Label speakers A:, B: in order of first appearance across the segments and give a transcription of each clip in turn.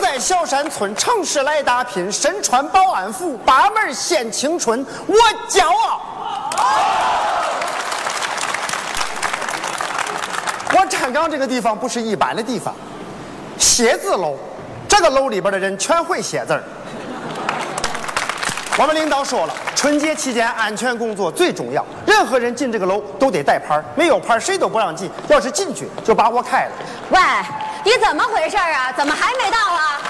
A: 在萧山村，城市来打拼，身穿保安服，八门献青春，我骄傲。我站岗这个地方不是一般的地方，写字楼，这个楼里边的人全会写字儿。我们领导说了，春节期间安全工作最重要，任何人进这个楼都得带牌儿，没有牌儿谁都不让进。要是进去就把我开了。
B: 喂，你怎么回事儿啊？怎么还没到啊？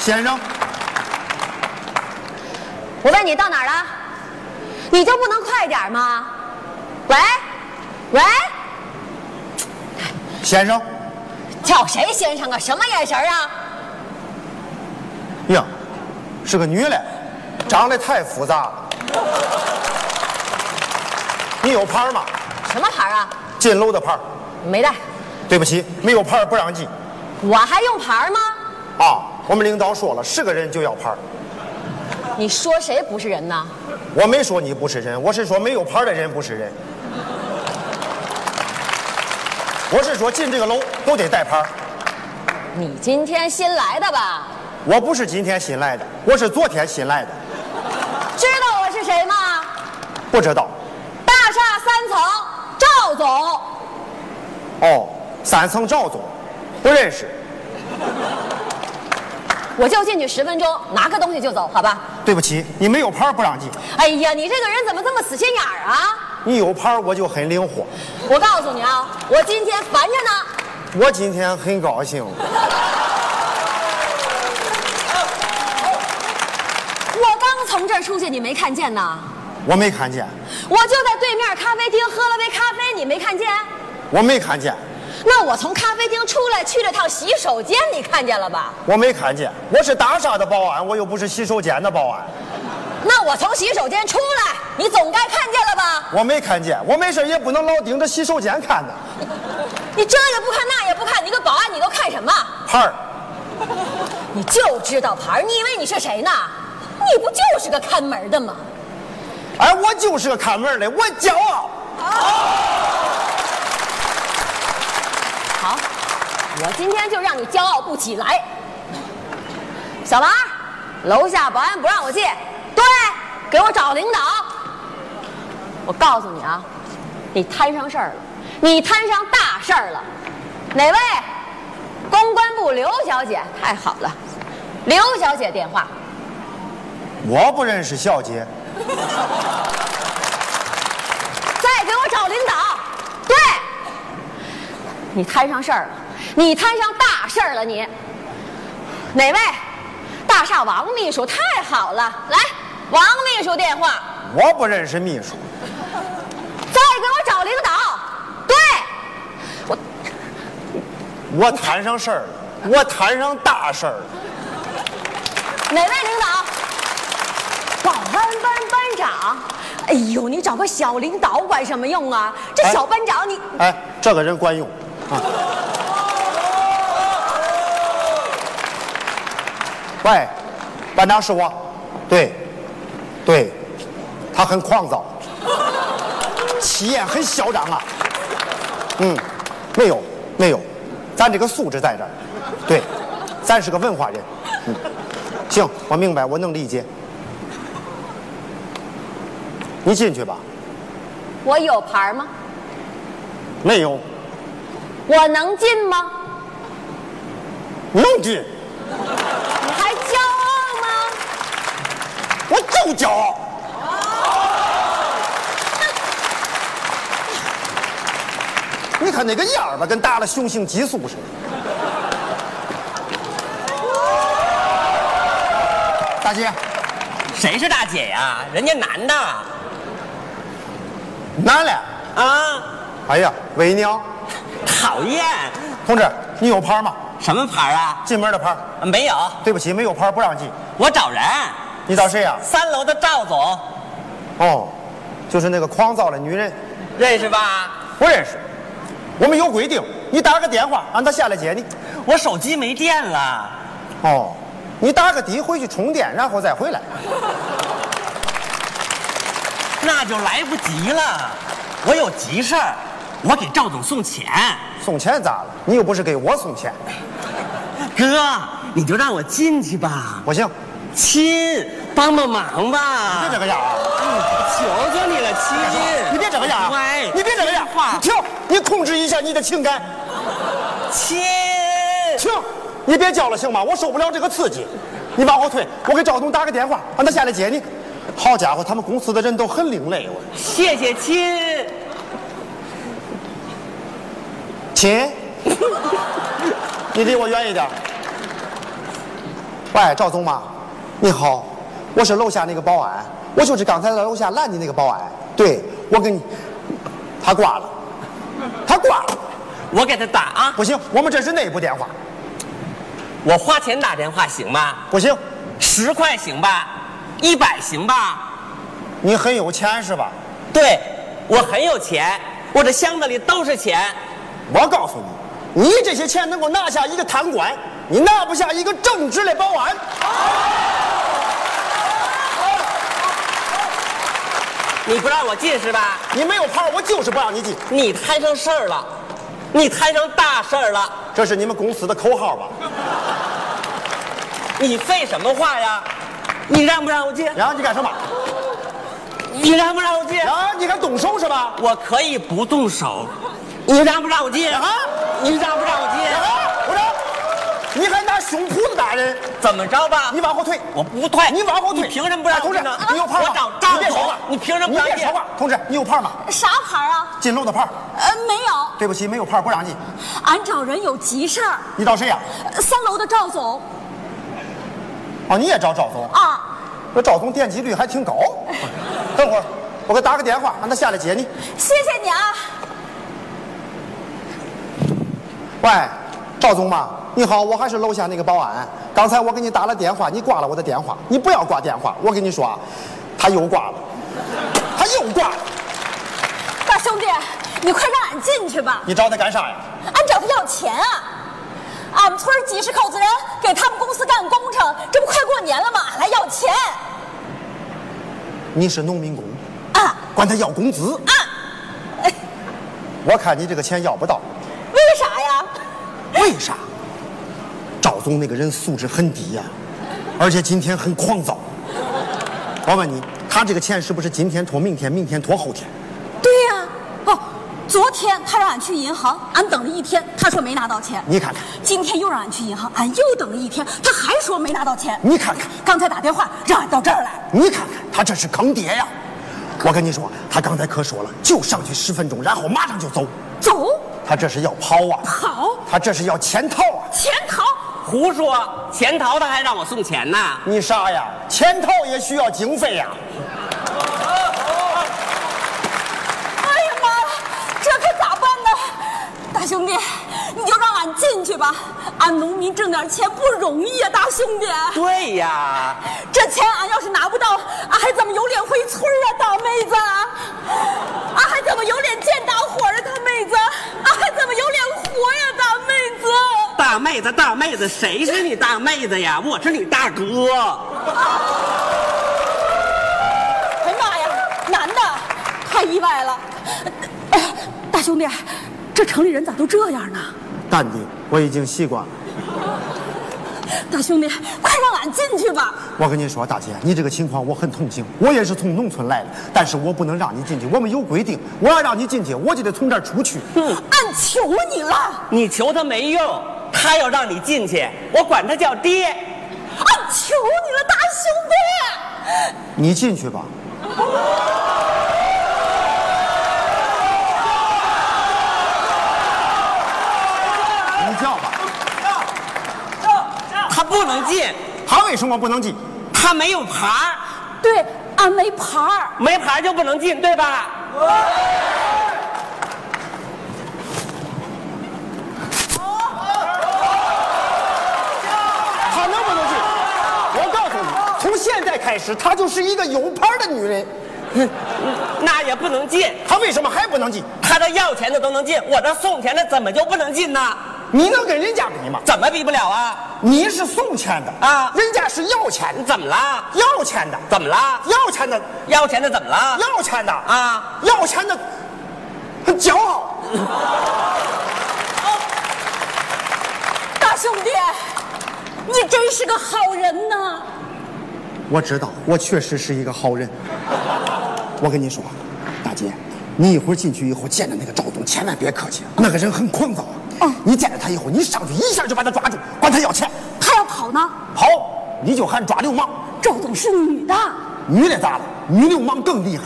A: 先生，
B: 我问你到哪儿了？你就不能快点儿吗？喂，喂，
A: 先生，
B: 叫谁先生啊？什么眼神儿啊？
A: 呀，是个女的，长得太复杂了。你有牌儿吗？
B: 什么牌儿啊？
A: 进楼的牌儿。
B: 没带，
A: 对不起，没有牌儿不让进。
B: 我还用牌儿吗？
A: 啊，我们领导说了，是个人就要牌儿。
B: 你说谁不是人呢？
A: 我没说你不是人，我是说没有牌儿的人不是人。我是说进这个楼都得带牌儿。
B: 你今天新来的吧？
A: 我不是今天新来的，我是昨天新来的，
B: 知道我是谁吗？
A: 不知道。
B: 大厦三层赵总，
A: 哦，三层赵总，不认识。
B: 我就进去十分钟，拿个东西就走，好吧？
A: 对不起，你没有牌儿不让进，
B: 哎呀，你这个人怎么这么死心眼儿啊？
A: 你有牌儿我就很灵活。
B: 我告诉你啊，我今天烦着呢。
A: 我今天很高兴，
B: 我刚从这儿出去，你没看见呐？
A: 我没看见，
B: 我就在对面咖啡厅喝了杯咖啡，你没看见？
A: 我没看见，
B: 那我从咖啡厅出来去了趟洗手间，你看见了吧？
A: 我没看见。我是大厦的保安，我又不是洗手间的保安。
B: 那我从洗手间出来，你总该看见了吧？
A: 我没看见，我没事也不能老盯着洗手间看呢。
B: 你这也不看，那也不看，你个保安你都看什么？
A: 牌儿，
B: 你就知道牌儿，你以为你是谁呢？你不就是个看门的吗？
A: 哎，我就是个看门的，我骄傲。
B: 好，我今天就让你骄傲不起来。小王，楼下保安不让我进，对，给我找领导。我告诉你啊，你摊上事儿了，你摊上大事儿了。哪位？公关部刘小姐，太好了，刘小姐电话。
A: 我不认识小姐，
B: 再给我找领导。对，你摊上事儿了，你摊上大事儿了，你。哪位？大厦王秘书，太好了，来，王秘书电话。
A: 我不认识秘书，
B: 再给我找领导。对，我
A: 我摊上事儿了，我摊上大事儿了。
B: 哪位领导？保安班班长。哎呦，你找个小领导管什么用啊？这
A: 哎
B: 小班长你，
A: 哎，这个人管用。啊。喂，班长是我，对，对，他很狂躁，气焰很嚣张啊。嗯，没有，没有，咱这个素质在这儿，对，咱是个文化人。嗯，行，我明白，我能理解。你进去吧，
B: 我有牌儿吗？
A: 没有，
B: 我能进吗？
A: 能进，
B: 你还骄傲吗？
A: 我就骄傲。你看那个样儿吧，跟打了雄性激素似的。大姐，
C: 谁是大姐呀？人家男的
A: 男的，
C: 啊，
A: 哎呀，伪娘，
C: 讨厌！
A: 同志，你有牌吗？
C: 什么牌啊？
A: 进门的牌。
C: 没有，
A: 对不起，没有牌不让进。
C: 我找人。
A: 你找谁呀、
C: 三楼的赵总，
A: 哦，就是那个狂躁的女人，
C: 认识吧？
A: 不认识。我们有规定，你打个电话让她下来接你。
C: 我手机没电了，
A: 哦，你打个的回去充电，然后再回来。
C: 那就来不及了。我有急事儿，我给赵总送钱。
A: 送钱咋了？你又不是给我送钱。
C: 哥，你就让我进去吧，
A: 不行，
C: 亲，帮帮忙吧。
A: 别这个样啊！
C: 求求你了，亲，
A: 你别这个样啊
C: 乖，！
A: 你别这个样
C: 听话，
A: 停，你控制一下你的情感，
C: 亲，
A: 停，你别叫了行吗？我受不了这个刺激，你往后退，我给赵东打个电话，让他下来接你。好家伙，他们公司的人都很另类，哦我
C: 谢谢亲。
A: 亲，你离我远一点。喂，赵总嘛，你好，我是楼下那个保安，我就是刚才在楼下拦你那个保安。对，我跟你，他挂了，他挂了，
C: 我给他打啊！
A: 不行，我们这是内部电话，
C: 我花钱打电话行吗？
A: 不行，
C: 十块行吧？一百行吧？
A: 你很有钱是吧？
C: 对，我很有钱，我这箱子里都是钱。
A: 我告诉你，你这些钱能够拿下一个贪官，你拿不下一个正直的保安。
C: 你不让我进是吧？
A: 你没有牌，我就是不让你进。
C: 你摊上事儿了，你摊上大事儿了，
A: 这是你们公司的口号吧？
C: 你废什么话呀？你让不让我进？
A: 然后你干什么？
C: 你让不让我进？
A: 然后你敢动手是吧？
C: 我可以不动手，你让不让我进？
A: 啊！
C: 你让不让我
A: 啊
C: 进？！
A: 我说，你还拿胸脯子打人？
C: 怎么着吧？
A: 你往后退！
C: 我不退，
A: 你往后退！
C: 你凭什么不让
A: 哎
C: 我
A: 同
C: 进
A: 志
C: 呢？，
A: 你有牌吗？
C: 我找张
A: 你别说
C: 总
A: 话，，
C: 你凭什么
A: 你
C: 不让
A: 别啊
C: 进
A: 说？话，同志，你有牌吗？
B: 啥牌啊？
A: 进楼的牌。
B: 呃，没有，
A: 对不起，没有牌不让进。
B: 俺找人有急事儿。
A: 你找谁呀、
B: 呃三楼的赵总
A: 哦，你也找赵总。
B: 啊，
A: 这赵总点击率还挺高。等会儿，我给打个电话，让他下来接你。
B: 谢谢你啊。
A: 喂，赵总嘛，你好，我还是楼下那个保安。刚才我给你打了电话，你挂了我的电话。你不要挂电话，我跟你说啊，他又挂了，他又挂了。
B: 大兄弟，你快让俺进去吧，
A: 你找他干啥呀？
B: 俺找他要钱啊。俺们村儿几十口子人给他们公司干工程，这不快过年了吗？俺来要钱
A: 你是农民工，
B: 啊
A: 管他要工资。
B: 啊！哎
A: 我看你这个钱要不到，
B: 为啥呀？
A: 为啥？赵总那个人素质很低呀、而且今天很狂躁。我问你，他这个钱是不是今天拖明天，明天拖后天？
B: 对呀、哦，昨天他让俺去银行，俺等了一天，他说没拿到钱。
A: 你看看，
B: 今天又让俺去银行，俺又等了一天，他还说没拿到钱。
A: 你看看，
B: 刚才打电话让俺到这儿来，
A: 你看看，他这是坑爹呀！我跟你说，他刚才可说了，就上去十分钟，然后马上就走。
B: 走，
A: 他这是要跑啊！
B: 跑，
A: 他这是要潜逃啊！
B: 潜逃。
C: 胡说！潜逃他还让我送钱呢。
A: 你傻呀？潜逃也需要经费呀！
B: 哎呀妈呀，这可咋办呢？大兄弟，你就让俺进去吧，俺农民挣点钱不容易呀、大兄弟。
C: 对呀，
B: 这钱俺要是拿不到，俺还怎么有脸回村啊，大妹子？俺还怎么有脸见大伙儿啊，大妹子？俺还怎么有脸活呀，大妹子？
C: 大妹子，大妹子，谁是你大妹子呀？我是你大哥。
B: 哎妈呀，男的，太意外了！哎，大兄弟，这城里人咋都这样呢？
A: 淡定，我已经习惯了。
B: 大兄弟，快让俺进去吧！
A: 我跟你说，大姐，你这个情况我很同情，我也是从农村来的，但是我不能让你进去，我们有规定，我要让你进去，我就得从这儿出去。
B: 俺求你了，
C: 你求他没用，他要让你进去，我管他叫爹。
B: 俺啊求你了，大兄弟！
A: 你进去吧。你叫吧，
C: 他不能进，
A: 他为什么不能进？
C: 他没有牌儿
B: 对，俺没牌儿，
C: 没牌儿就不能进，对吧？
A: 他能不能进？我告诉你，从现在开始，她就是一个有牌的女人。
C: 那也不能进。
A: 她为什么还不能进？
C: 他这要钱的都能进，我这送钱的怎么就不能进呢？
A: 你能跟人家比吗？
C: 怎么比不了啊？
A: 你是送钱的
C: 啊
A: 人家是要钱的，
C: 怎么了？
A: 要钱的，
C: 怎么了？
A: 要钱的，
C: 要钱的怎么了？
A: 要钱的
C: 啊，
A: 要钱的，很骄傲。
B: 大兄弟，
D: 你真是个好人呐！
A: 我知道，我确实是一个好人。我跟你说，大姐，你一会儿进去以后见着那个赵总，千万别客气，那个人很狂躁。
C: 哦
A: 你见着他以后，你上去一下就把他抓住，管他要钱，
D: 他要跑呢，
A: 跑你就喊抓流氓。
D: 赵总是女的，
A: 女的咋了？女流氓更厉害。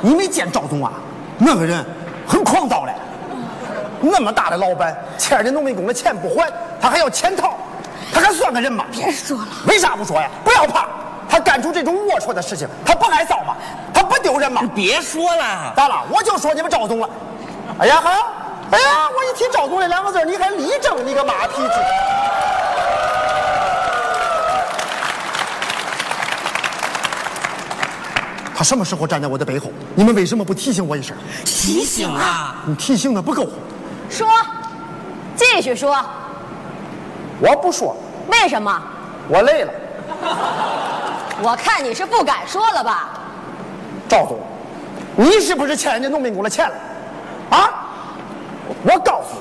A: 你没见赵总啊？那个人很狂躁嘞，那么大的老板，欠人农民工的钱不还，他还要潜逃，他还算个人吗？
D: 别说了，
A: 为啥不说呀？不要怕，他干出这种龌龊的事情，他不挨造吗？他不丢人吗？
C: 别说了，
A: 咋了？我就说你们赵总了。哎呀哈！哎呀，我一提赵总这两个字儿，你还立正，你个马屁精！他什么时候站在我的背后？你们为什么不提醒我一声？
C: 提醒啊！
A: 你提醒的不够，
B: 说，继续说，
A: 我不说，
B: 为什么？
A: 我累了。
B: 我看你是不敢说了吧？
A: 赵总，你是不是欠人家农民工的钱了？啊！我告诉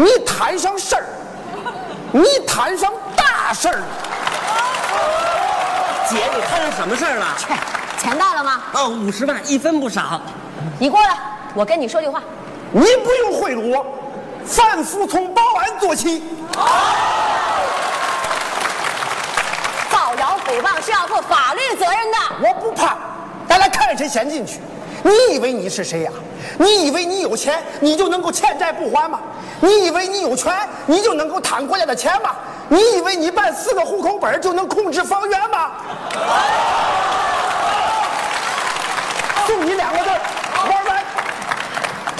A: 你，你摊上事儿，你摊上大事儿。
C: 姐，你摊上什么事儿了？
B: 切，钱到了吗？
C: 哦，五十万一分不少。
B: 你过来，我跟你说句话。
A: 你不用贿赂我，凡夫从保安做起。
B: 造谣诽谤是要负法律责任的。
A: 我不怕，咱俩看谁先进去。你以为你是谁呀、你以为你有钱，你就能够欠债不还吗？你以为你有权，你就能够贪国家的钱吗？你以为你办四个户口本儿就能控制房源吗？送你两个字儿，玩完。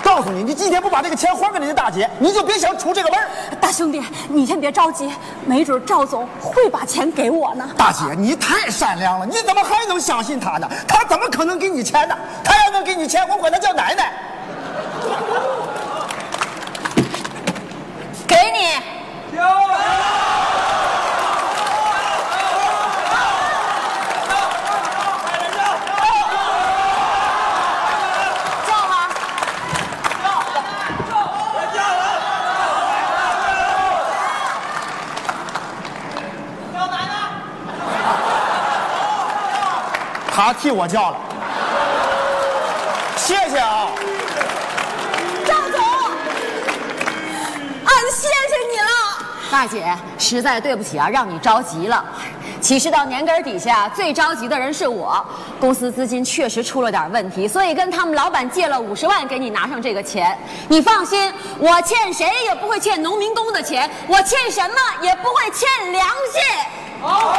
A: 告诉你，你今天不把这个钱还给人家大姐，你就别想出这个门儿。
D: 大兄弟，你先别着急，没准赵总会把钱给我呢。
A: 大姐，你太善良了，你怎么还能相信他呢？他怎么可能给你钱呢？他要能给你钱，我管他叫奶奶。
B: 给你。叫吗？
A: 他替我叫了，谢谢啊。
D: 赵总，嗯俺谢谢你了。
B: 大姐，实在对不起啊，让你着急了。其实到年根儿底下，最着急的人是我。公司资金确实出了点问题，所以跟他们老板借了五十万给你拿上这个钱。你放心，我欠谁也不会欠农民工的钱，我欠什么也不会欠良心。
D: 哦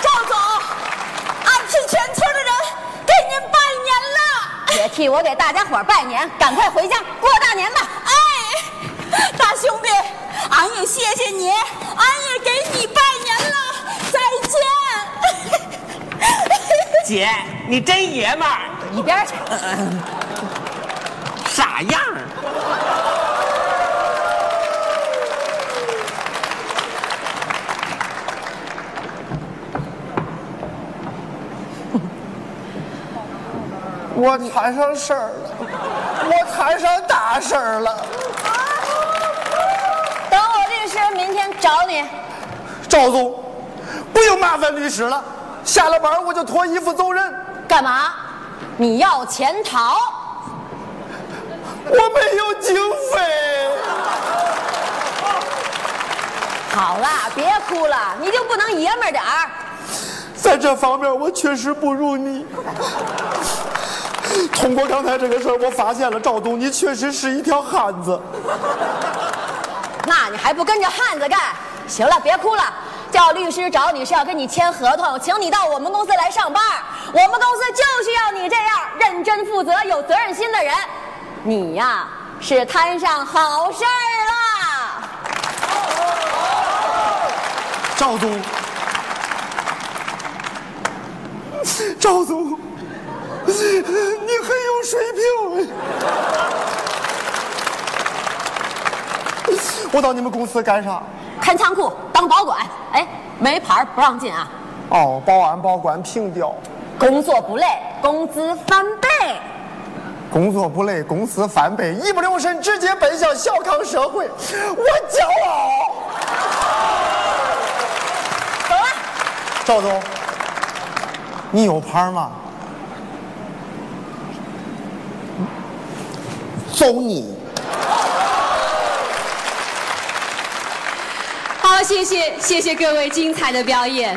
D: 赵总，俺替全村的人给您拜年了。
B: 也替我给大家伙儿拜年，赶快回家过大年吧。
D: 哎，大兄弟，俺也谢谢你，俺也给你拜年了，再见。
C: 姐，你真爷们儿，
B: 一边儿去。
C: 傻样儿。
A: 我摊上事儿了，我摊上大事儿了。
B: 等我律师明天找你。
A: 赵总，不用麻烦律师了，下了班我就脱衣服走人。
B: 干嘛？你要潜逃？
A: 我没有经费，
B: 好啦，别哭了，你就不能爷们儿点儿？
A: 在这方面我确实不如你。通过刚才这个事儿，我发现了赵总，你确实是一条汉子。
B: 那你还不跟着汉子干？行了，别哭了。叫律师找你是要跟你签合同，请你到我们公司来上班。我们公司就需要你这样认真负责、有责任心的人。你呀、是摊上好事儿啦！
A: 赵总，赵总，你很有水平。我到你们公司干啥？
B: 看仓库当保管，哎，没牌儿不让进啊！
A: 哦，保安、保管、凭吊。
B: 工作不累，工资翻倍。
A: 工作不累，公司翻倍，一不留神直接奔向小康社会。我啊赵总，你有牌吗？走你！
B: 好，谢谢谢谢各位精彩的表演。